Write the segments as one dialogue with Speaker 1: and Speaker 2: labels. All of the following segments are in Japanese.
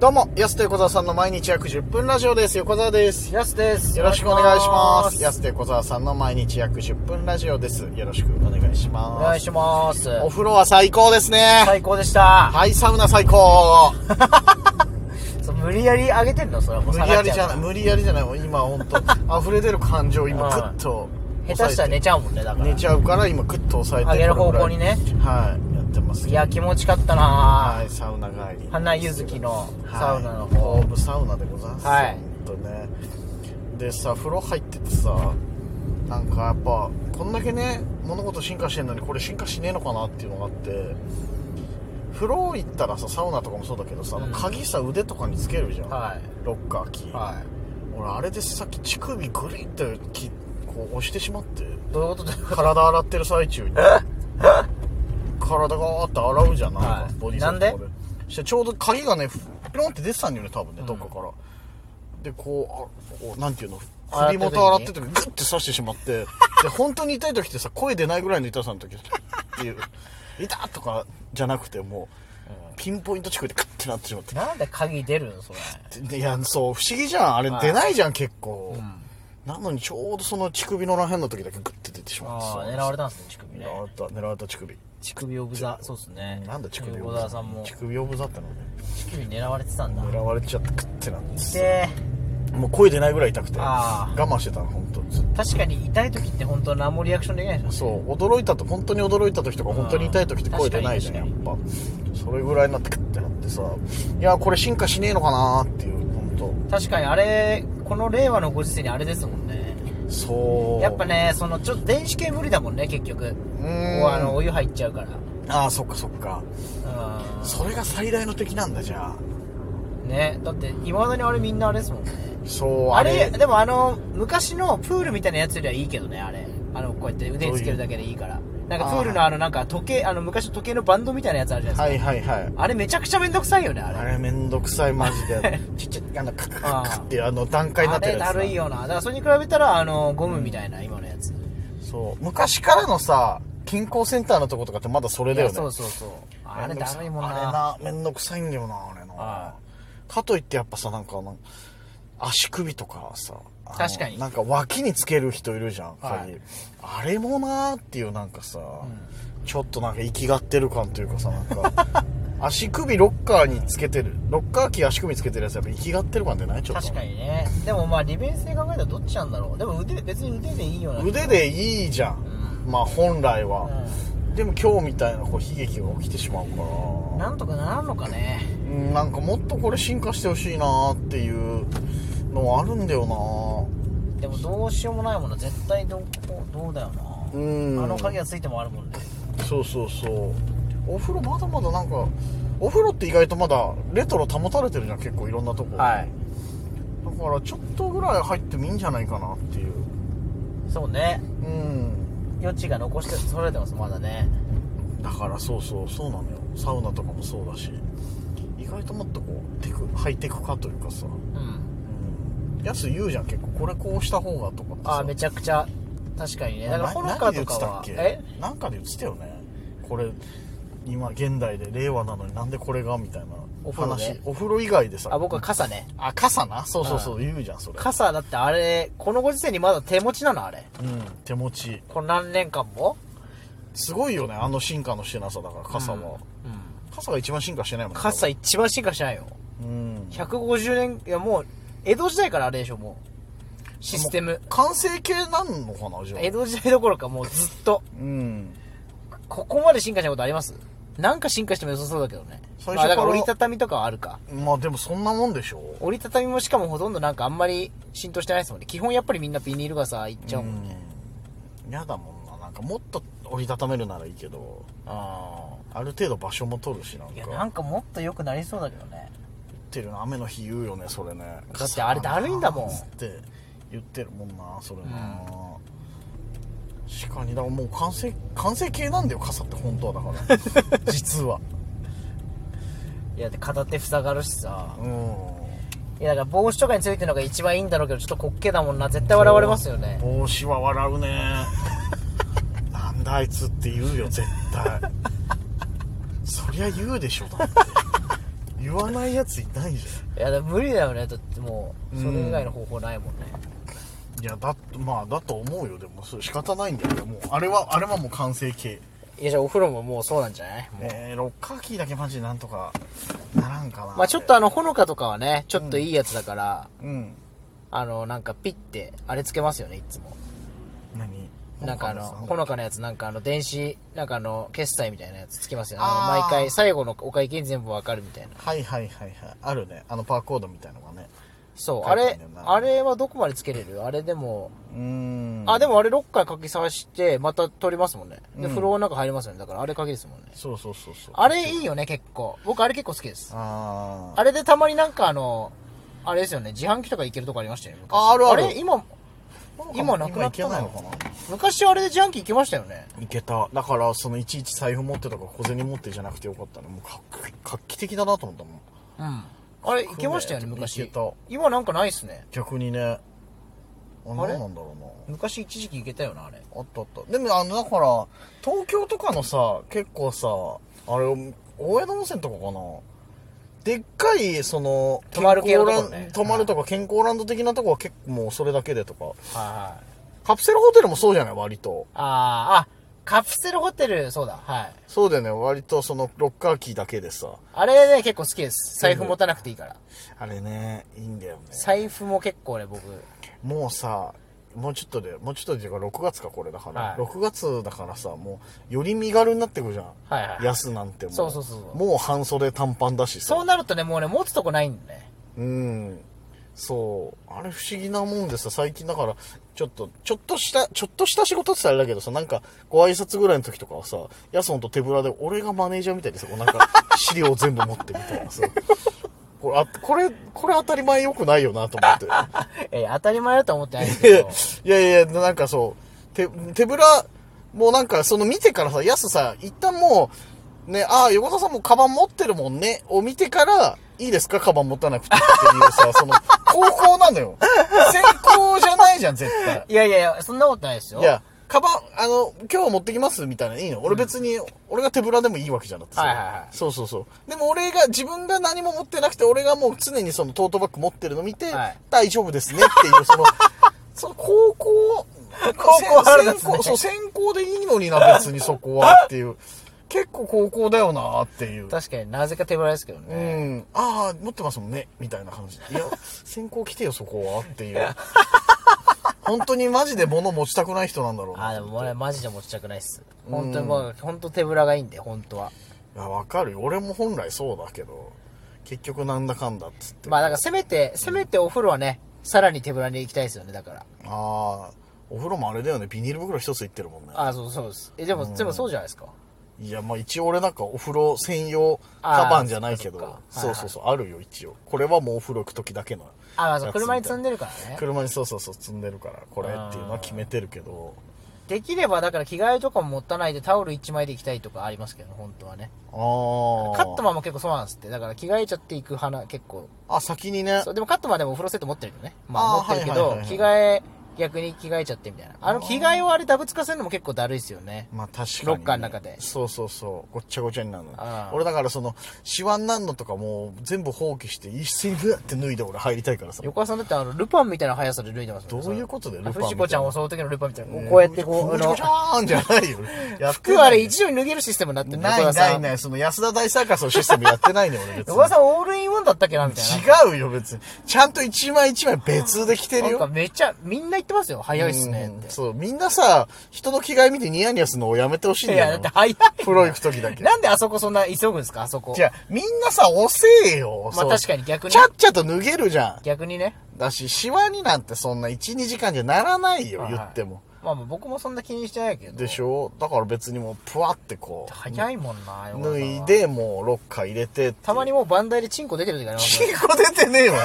Speaker 1: どうも、安すと横澤さんの毎日約10分ラジオです。横澤です。
Speaker 2: やすです。
Speaker 1: よろしくお願いします。
Speaker 2: や
Speaker 1: 安
Speaker 2: す。
Speaker 1: すと横澤さんの毎日約10分ラジオです。よろしくお願いし
Speaker 2: お
Speaker 1: ま
Speaker 2: 願い
Speaker 1: す。
Speaker 2: します。
Speaker 1: お風呂は最高ですね。
Speaker 2: 最高でした。
Speaker 1: はい、サウナ最高。
Speaker 2: そう無理やり上げてんのそれはもう
Speaker 1: 無理やりじゃ
Speaker 2: 下が
Speaker 1: ない、
Speaker 2: っちう
Speaker 1: 無理やりじゃない。今本当溢れ出る感情、今
Speaker 2: うん
Speaker 1: グッと
Speaker 2: から下手したら
Speaker 1: ね
Speaker 2: 寝ちゃうもんね、だから。
Speaker 1: 寝ちゃうから、今グッと抑えて
Speaker 2: 上げる方向に
Speaker 1: ね。
Speaker 2: ね。
Speaker 1: はい、やってますけ
Speaker 2: い
Speaker 1: ど。
Speaker 2: や、気持ちかったな
Speaker 1: はい、サウナ帰り。
Speaker 2: 花ゆずきの
Speaker 1: はい
Speaker 2: サウナの方。
Speaker 1: 東武サウナでございます
Speaker 2: はい
Speaker 1: ほんとねでさ風呂入っててさなんかやっぱこんだけね物事進化してんのにこれ進化しねえのかなっていうのがあって風呂行ったらさサウナとかもそうだけどさ、
Speaker 2: うん
Speaker 1: 鍵さ腕とかにつけるじゃん、
Speaker 2: は
Speaker 1: ロッカーキ
Speaker 2: い。
Speaker 1: ー、
Speaker 2: はい。
Speaker 1: 俺あれでさっき乳首グリッてきこう押してしまって
Speaker 2: どういうことだよ。
Speaker 1: 体洗ってる最中に体がーって洗うじゃんなんか、
Speaker 2: はい
Speaker 1: ボディーソープ
Speaker 2: なんで
Speaker 1: とかそしてちょうど鍵がねピロンって出てたんだよね多分ね、どっかからでこうあこうなんていうの
Speaker 2: 洗っ
Speaker 1: 首
Speaker 2: てる時に
Speaker 1: 元洗っててグッて刺してしまってで本当に痛い時ってさ声出ないぐらいの痛さの時っていう痛っとかじゃなくてもう、ピンポイント乳首でクッてなってしまって
Speaker 2: なんで鍵出るのそれ。
Speaker 1: でいやそう不思議じゃんあれ
Speaker 2: はい
Speaker 1: 出ないじゃん結構、なのにちょうどその乳首のらへんの時だけグッて出てしまって
Speaker 2: ああ、
Speaker 1: さ
Speaker 2: 狙われたんですね、乳首ね
Speaker 1: 狙。われた狙われた乳首
Speaker 2: 乳首オブザ、そうっすね。
Speaker 1: なんだ乳首オ
Speaker 2: 小
Speaker 1: ブザ
Speaker 2: 沢さんも
Speaker 1: 乳首オブザってのね
Speaker 2: 乳首狙われてたんだ。
Speaker 1: 狙われちゃってクッてなって
Speaker 2: で、
Speaker 1: もう声出ないぐらい痛くて
Speaker 2: あ
Speaker 1: 我慢してたの本当ずっ
Speaker 2: 確かに痛い時って本当何もリアクションできないじゃん
Speaker 1: と。そう驚いたと本当に驚いた時とか本当に痛い時って声出ないじゃんやっ
Speaker 2: 確
Speaker 1: ぱそれぐらいになってクッてなってさいやこれ進化しねえのかなーっていう本
Speaker 2: 確かにあれこの令和のご時世にあれですもんね
Speaker 1: 当そう
Speaker 2: やっぱねそのちょっと電子系無理だもんね結局
Speaker 1: うーん
Speaker 2: おあのお湯入っちゃうから
Speaker 1: ああそっかそっかそれが最大の敵なんだじゃあ
Speaker 2: うんねだっていまだにあれみんなあれですもんね
Speaker 1: そう
Speaker 2: あれでもあの昔のプールみたいなやつよりはいいけどねあれあのこうやって腕につけるだけでいいからなんかプールのあのなんか時計あの昔の時計のバンドみたいなやつあるじゃないですか、
Speaker 1: はいはいはい
Speaker 2: あれめちゃくちゃめんどくさいよねあれ
Speaker 1: あれめんどくさいマジ でちっちゃいあのカクカクカクっていうあの段階にな
Speaker 2: あ
Speaker 1: ってる
Speaker 2: れ
Speaker 1: やつな
Speaker 2: だるいよなだからそれに比べたらあのゴムみたいな、今のやつ
Speaker 1: そう昔からのさ健康センターのとことかってまだそれだよ
Speaker 2: いや
Speaker 1: ね
Speaker 2: そうそうそうあれだるいもんな
Speaker 1: あれなめんどくさいんだよなあれな
Speaker 2: は
Speaker 1: かといってやっぱさなんかあの足首とかさあの
Speaker 2: 確かに
Speaker 1: なんか脇につける人いるじゃん、鍵
Speaker 2: はい
Speaker 1: あれもなーっていうなんかさ、ちょっとなんか生きがってる感というかさなんか 足首ロッカーにつけてるロッカーキー足首つけてるやつやっぱ生きがってる感出ないちょっと
Speaker 2: 確かにねでもまあ利便性考えたらどっちなんだろうでも腕別に腕でいいような
Speaker 1: 腕でいいじゃん、まあ本来は、でも今日みたいなこう悲劇が起きてしまうから
Speaker 2: うんなんとかならんのかね
Speaker 1: うんなんかもっとこれ進化してほしいなーっていうのはあるんだよ
Speaker 2: でもどうしようもないもの絶対どうどうだよな
Speaker 1: なうん
Speaker 2: あの鍵がついてもあるもんね
Speaker 1: そうそうそうお風呂まだまだなんかお風呂って意外とまだレトロ保たれてるじゃん結構いろんなとこ、
Speaker 2: い
Speaker 1: だからちょっとぐらい入ってもいいんじゃないかなっていう
Speaker 2: そうね
Speaker 1: うん
Speaker 2: 余地が残して取られてますまだね
Speaker 1: だからそうそうそうなのよサウナとかもそうだし意外ともっとこうテクハイテク化というかさ
Speaker 2: うん
Speaker 1: やつ言うじゃん結構これこうした方がとかってさ
Speaker 2: ああめちゃくちゃ確かにねだから
Speaker 1: な
Speaker 2: ほのかとか
Speaker 1: 何
Speaker 2: は
Speaker 1: で言ってた
Speaker 2: え
Speaker 1: っけなんかで言ってたよねこれ今現代で令和なのになんでこれがみたいな
Speaker 2: お風呂
Speaker 1: 話
Speaker 2: ね
Speaker 1: お風呂以外でさ
Speaker 2: あ僕は傘ね
Speaker 1: あ傘なそうそうそう言うじゃんそれ
Speaker 2: 傘だってあれこのご時世にまだ手持ちなのあれ
Speaker 1: うん手持ち
Speaker 2: この何年間も
Speaker 1: すごいよねあの進化のしてなさだから傘は、傘が一番進化してないもんね
Speaker 2: 傘一番進化しないよ
Speaker 1: うん
Speaker 2: 150年いやもう江戸時代からあれでしょもうシステム
Speaker 1: 完成形なんのかなじゃあ
Speaker 2: 江戸時代どころかもうずっと
Speaker 1: うん
Speaker 2: ここまで進化したことありますなんか進化しても良さそうだけどね
Speaker 1: 最初から
Speaker 2: まあだから折りたたみとかはあるか
Speaker 1: まあでもそんなもんでしょ
Speaker 2: 折りたたみもしかもほとんどなんかあんまり浸透してないですもんね基本やっぱりみんなビニール傘いっちゃうもんね、
Speaker 1: 嫌だもんななんかもっと折りたためるならいいけど
Speaker 2: あ
Speaker 1: ある程度場所も取るしなん
Speaker 2: あい
Speaker 1: か
Speaker 2: やなんかもっと良くなりそうだけどね
Speaker 1: ってるな雨の日言うよねそれね
Speaker 2: だってあれだるいんだもん
Speaker 1: 傘なって言ってるもんなそれな、確かにだからもう完成完成形なんだよ傘って本当はだから 実はい
Speaker 2: やで片手塞がるしさ
Speaker 1: うん
Speaker 2: いやだから帽子とかについてるのが一番いいんだろうけどちょっと滑稽だもんな絶対笑われますよね
Speaker 1: 帽子は笑 うねなんだあいつって言うよ絶対そりゃ言うでしょだって言わないやついないじ
Speaker 2: いやだから無理だよねだってもう
Speaker 1: うん
Speaker 2: それ以外の方法ないもんね、
Speaker 1: ゃんいやだまあだと思うよでもそれ仕方ないんだよねもうあれはあれはもう完成形
Speaker 2: いやじゃあお風呂ももうそうなんじゃないもう
Speaker 1: えー、ロッカーキーだけマジでなんとかならんかな
Speaker 2: まあちょっとあのほのかとかはねちょっといいやつだから、
Speaker 1: うん
Speaker 2: あのなんかピッてあれつけますよねいつも
Speaker 1: 何
Speaker 2: なんかあのほのかのやつなんかあの電子なんかあの決済みたいなやつつきますよね
Speaker 1: あー
Speaker 2: 毎回最後のお会計に全部わかるみたいな
Speaker 1: はいはいはいはいあるねあのパーコードみたいのがね
Speaker 2: そう
Speaker 1: 書
Speaker 2: あ
Speaker 1: いてある
Speaker 2: れ
Speaker 1: んだよな
Speaker 2: あれはどこまでつけれるあれでも
Speaker 1: うーん
Speaker 2: あ、でもあれ6回書き探して、また取りますもんね。で、
Speaker 1: うん
Speaker 2: フローの中入りますよね。だからあれ鍵ですもんね。
Speaker 1: そうそうそうそう
Speaker 2: あれいいよね、結構。僕あれ結構好きです。
Speaker 1: あー
Speaker 2: あれでたまになんかあの、あれですよね、自販機とか行けるとこありましたよね。昔
Speaker 1: ああるある
Speaker 2: あれ今、今なく
Speaker 1: 今
Speaker 2: なっ
Speaker 1: いけ
Speaker 2: た
Speaker 1: ないの
Speaker 2: の
Speaker 1: かな
Speaker 2: 昔あれで自販機行きましたよね。
Speaker 1: いけただからそのいちいち財布持ってとか小銭持ってじゃなくてよかったねもう画期画期的だなと思ったもん
Speaker 2: うん。あれ行けましたよね、
Speaker 1: 行け
Speaker 2: 昔
Speaker 1: た。
Speaker 2: 今なんかないっすね。
Speaker 1: 逆にねあれ
Speaker 2: あれ
Speaker 1: 何なんだろうな
Speaker 2: 昔一時期行けたよな、あれ。
Speaker 1: あったあったでもあのだから東京とかのさ結構さあれ大江戸温泉とかかなでっかいその
Speaker 2: 泊まる系のとこ
Speaker 1: 健康ラ
Speaker 2: ね
Speaker 1: ン泊まるとか健康ランド的なとこは結構もうそれだけでとか
Speaker 2: はいはい。
Speaker 1: カプセルホテルもそうじゃない割と
Speaker 2: あーあ、カプセルホテル、そうだ、はい。
Speaker 1: そうだよね割とそのロッカーキーだけでさ
Speaker 2: あれね、結構好きです。財布持たなくていいから。
Speaker 1: あれねいいんだよね
Speaker 2: 財布も結構ね、僕。
Speaker 1: もうさもうちょっとでもうちょっとでていうか6月かこれだから、
Speaker 2: はい
Speaker 1: 6月だからさもうより身軽になってくるじゃん、
Speaker 2: はいはい
Speaker 1: 安なんても
Speaker 2: そうそうそう
Speaker 1: もう半袖短パンだしさ
Speaker 2: そうなるとね、もうね、持つとこないんだね。
Speaker 1: うん。そう。あれ不思議なもんでさ、最近だから、ちょっと、ちょっとした、ちょっとした仕事って言ったらあれだけどさ、なんか、ご挨拶ぐらいの時とかはさ、ヤスオンと手ぶらで、俺がマネージャーみたいでさ、こうなん か、資料を全部持ってみたいなさ。これ、あこれ、これ当たり前良くないよなと思って。
Speaker 2: えー当たり前だとは思ってないですけど。
Speaker 1: いやいや、なんかそう、手、手ぶら、もうなんか、その見てからさ、やすさ、一旦もう、ね、ああ、横田さんもカバン持ってるもんね、を見てから、いいですかカバン持たなくてっていうさ、その、高校なのよ。先行じゃないじゃん、絶対。
Speaker 2: いやいやいや、そんなことないですよ。
Speaker 1: いや、カバン、あの、今日持ってきますみたいな、いいの俺別に、俺が手ぶらでもいいわけじゃなくてさ、
Speaker 2: はいはいはい
Speaker 1: そうそうそう。でも俺が、自分が何も持ってなくて、俺がもう常にそのトートバッグ持ってるの見て、
Speaker 2: はい
Speaker 1: 大丈夫ですねっていう、その、 その高校、
Speaker 2: 高校あるんですね
Speaker 1: 先行そう、先行でいいのにな、 別にそこはっていう。結構高校だよなっていう。
Speaker 2: 確かになぜか手ぶらですけど
Speaker 1: う
Speaker 2: ね。
Speaker 1: ん。ああ、持ってますもんね。みたいな感じ。いや、先行来てよ、そこは。って いう。本当にマジで物持ちたくない人なんだろうな。
Speaker 2: あーでも俺マジで持ちたくないっす。本当にもう、本当手ぶらがいいんで、本当は。
Speaker 1: いや、わかるよ。俺も本来そうだけど、結局なんだかんだっつって。
Speaker 2: まあだからせめて、せめてお風呂はね、さらに手ぶらに行きたいですよね、だから。
Speaker 1: ああ、お風呂もあれだよね。ビニール袋一ついってるもんね。
Speaker 2: あーそうそうです。え、でも、でもそうじゃないですか。
Speaker 1: いや、まあ一応俺なんかお風呂専用カバンじゃないけど、
Speaker 2: あーそ
Speaker 1: そ
Speaker 2: っかそっか
Speaker 1: うそうそう、あるよ、一応。これはもうお風呂行く時だけの。
Speaker 2: あーまあそう、車に積ん
Speaker 1: で
Speaker 2: でるからね。
Speaker 1: 車にそうそうそう積んでるから、これっていうのは決めてるけど、
Speaker 2: できれば、だから着替えとかも持たないでタオル1枚で行きたいとかありますけど、本当はね。
Speaker 1: ああ。
Speaker 2: カットマンも結構そうなんですって。だから着替えちゃっていく花結構
Speaker 1: あ、先にね
Speaker 2: そ。うでもカットまでもお風呂セット持ってるけどね。ま
Speaker 1: あ
Speaker 2: あ
Speaker 1: ー
Speaker 2: 持ってるけ
Speaker 1: はい
Speaker 2: ど
Speaker 1: はい、はい
Speaker 2: 着替え、逆に着替えちゃってみたいな。あの着替えをあれダブつかせるのも結構だるいですよね。
Speaker 1: まあ確かに、
Speaker 2: ロッカーの中で
Speaker 1: そうそうそう。ごっちゃごちゃになるの
Speaker 2: あ。あ
Speaker 1: 俺だからその、シワになるのとかもう全部放棄して、一斉にブワって脱いで俺入りたいからさ。
Speaker 2: 横川さんだってあの、ルパンみたいな速さで脱いでますもんね
Speaker 1: どういうことだよ
Speaker 2: それ
Speaker 1: ルパンみたいな
Speaker 2: 藤子ちゃんを襲う時のルパンみたいな。こうやってこう、あ
Speaker 1: ジャ
Speaker 2: の、
Speaker 1: ーンじゃないよ。やって ない
Speaker 2: 服あれ一度に脱げるシステムになってる
Speaker 1: ないないない。その安田大サーカスのシステムやってないね、俺別
Speaker 2: 横川さんオールインワンだったっけなみたいな。
Speaker 1: に。違うよ、別に。ちゃんと一枚一枚別で着てる
Speaker 2: なんか
Speaker 1: よ。
Speaker 2: めっちゃ、みんな言ってますよ。早いっすね
Speaker 1: うん
Speaker 2: っ
Speaker 1: そう、みんなさ、人の着替え見てニヤニヤするのをやめてほしいん
Speaker 2: て。い
Speaker 1: だよ
Speaker 2: や、だって。早い。
Speaker 1: 風呂行く時だけ。
Speaker 2: なんであそこそんな急ぐんですかあそこ
Speaker 1: じ。ゃあ、みんなさ、遅えよ。
Speaker 2: まあ
Speaker 1: そう
Speaker 2: 確かに逆に
Speaker 1: ちゃっちゃと脱げるじゃん。
Speaker 2: 逆にね。
Speaker 1: だし、シワになんてそんな1、2時間じゃならないよ
Speaker 2: は、い
Speaker 1: 言っても。
Speaker 2: まあまあ僕もそんな気にしてないけど。
Speaker 1: でしょだから別にもう、ぷわってこう、
Speaker 2: 早いもんな、横川
Speaker 1: 脱
Speaker 2: さん
Speaker 1: い
Speaker 2: は
Speaker 1: で、もう、ロッカー入れてっていう
Speaker 2: たまにもうバンダイでチンコ出てる時あります
Speaker 1: チ
Speaker 2: よ
Speaker 1: ンコ出てねえわ。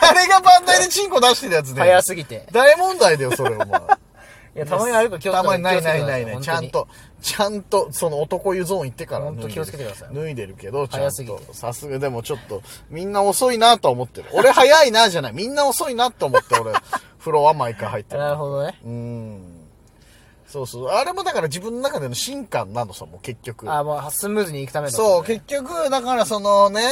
Speaker 1: 誰がバンダイでチンコ出してるやつで。
Speaker 2: 早すぎて。
Speaker 1: 大問題だよ、それ、お前。
Speaker 2: い や、たまにあるから気をつけ
Speaker 1: た
Speaker 2: て
Speaker 1: まにないないない
Speaker 2: 気
Speaker 1: な
Speaker 2: を
Speaker 1: い。
Speaker 2: つ
Speaker 1: ちゃ
Speaker 2: けてください
Speaker 1: ん。と、ちゃんと、その男湯ゾーン行ってから脱い
Speaker 2: ほん
Speaker 1: で
Speaker 2: と
Speaker 1: る。
Speaker 2: 気をつけてください
Speaker 1: 脱いでるけど、ちゃ
Speaker 2: 早
Speaker 1: ん
Speaker 2: すぎ
Speaker 1: と
Speaker 2: て。
Speaker 1: さすが、でもちょっと、みんな遅いなとは思ってる。俺早いなじゃない。みんな遅いなと思って、俺、 風呂は毎回入って
Speaker 2: な
Speaker 1: る。
Speaker 2: るほどね。
Speaker 1: うん。そうそう。あれもだから自分の中での進化なのさ、もう結局。
Speaker 2: あ、もうスムーズに行くための、
Speaker 1: そう、結局、だからそのね、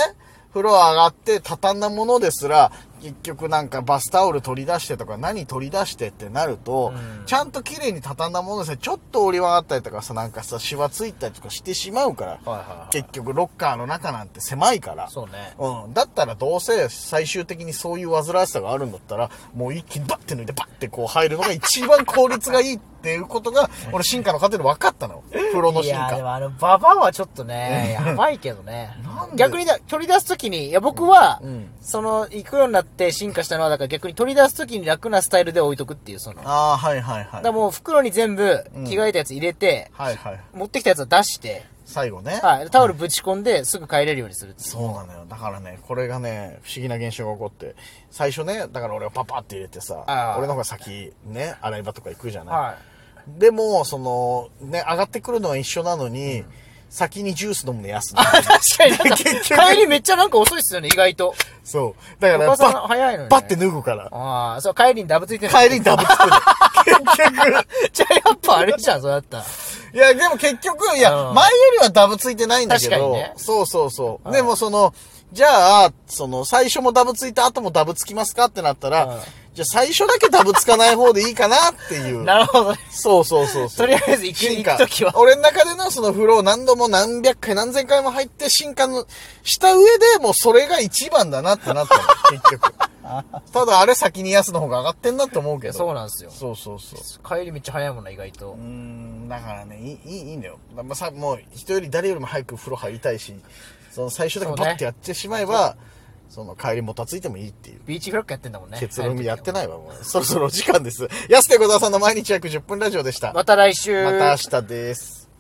Speaker 1: 風呂上がって畳んだものですら、結局なんかバスタオル取り出してとか何取り出してってなると、
Speaker 2: うん
Speaker 1: ちゃんと綺麗に畳んだものですら、ちょっと折り曲がったりとかさ、なんかさ、シワついたりとかしてしまうから、
Speaker 2: はいはいはい
Speaker 1: 結局ロッカーの中なんて狭いから。
Speaker 2: そうね
Speaker 1: うん。だったらどうせ最終的にそういう煩わしさがあるんだったら、もう一気にバッて抜いてバッてこう入るのが一番効率がいいっていうことが、俺進化の過程で分かったのよ。プロの
Speaker 2: い
Speaker 1: 進
Speaker 2: やで
Speaker 1: 化。
Speaker 2: もあのババアはちょっとねやばいけどね
Speaker 1: なんで
Speaker 2: 逆にだ取り出す時にいや僕は、
Speaker 1: うん
Speaker 2: その行くようになって進化したのはだから逆に取り出す時に楽なスタイルで置いとくっていうそのだか
Speaker 1: ああ、はいはいはい。
Speaker 2: らもう袋に全部着替えたやつ入れて、
Speaker 1: はいはい。
Speaker 2: 持ってきたやつは出して、
Speaker 1: 最後ね。
Speaker 2: はい、タオルぶち込んですぐ帰れるようにするっていう
Speaker 1: そうなのよ。だからね、これがね、不思議な現象が起こって、最初ね、だから俺はパパって入れてさ
Speaker 2: あ、ー
Speaker 1: 俺の方が先、ね、洗い場とか行くじゃない。
Speaker 2: は
Speaker 1: でも、その、ね、上がってくるのは一緒なのに、先にジュース飲むの安なの
Speaker 2: 確かになんか
Speaker 1: 結局
Speaker 2: 帰りめっちゃなんか遅いっすよね、意外と。
Speaker 1: そう。だから、
Speaker 2: お母さん
Speaker 1: バッ
Speaker 2: 早いのにね
Speaker 1: バッて脱ぐから。
Speaker 2: ああ、そう、帰りにダブついてる。
Speaker 1: 帰りにダブつくの 結
Speaker 2: じゃあ やっぱあれじゃん、そうだったら。
Speaker 1: 局。いや、でも結局、いや、
Speaker 2: うん
Speaker 1: 前よりはダブついてないんだけ
Speaker 2: 確
Speaker 1: ど、
Speaker 2: かにね
Speaker 1: そうそうそう。
Speaker 2: うん
Speaker 1: でもその、じゃあ、その、最初もダブついた後もダブつきますかってなったら、
Speaker 2: うん
Speaker 1: じゃあ最初だけダブつかない方でいいかなっていう。
Speaker 2: なるほどね。
Speaker 1: そうそうそうそう。
Speaker 2: とりあえず行く
Speaker 1: 進
Speaker 2: 行
Speaker 1: 化
Speaker 2: くときは。
Speaker 1: 俺の中でのそのフロー何度も何百回何千回も入って進化のした上でもうそれが一番だなってなったの結 局。ただあれ先に安の方が上がってんなって思うけど。
Speaker 2: そうなんですよ。
Speaker 1: そうそうそう。
Speaker 2: 帰りめっちゃ早いもんな、意外と
Speaker 1: うー。ん、だからね、いい、いいいいんだよ。まあ、さ、もう人より誰よりも早く風呂入りたいし、その最初だけ
Speaker 2: そうね
Speaker 1: バッてやってしまえば、その帰りもたついてもいいっていう。
Speaker 2: ビーチフラッグやってんだもんね。
Speaker 1: 結論やって
Speaker 2: い。
Speaker 1: ないわ、もう。そろそろお時間です。安手小沢さんの毎日約10分ラジオでした。
Speaker 2: また来週。
Speaker 1: また明日です。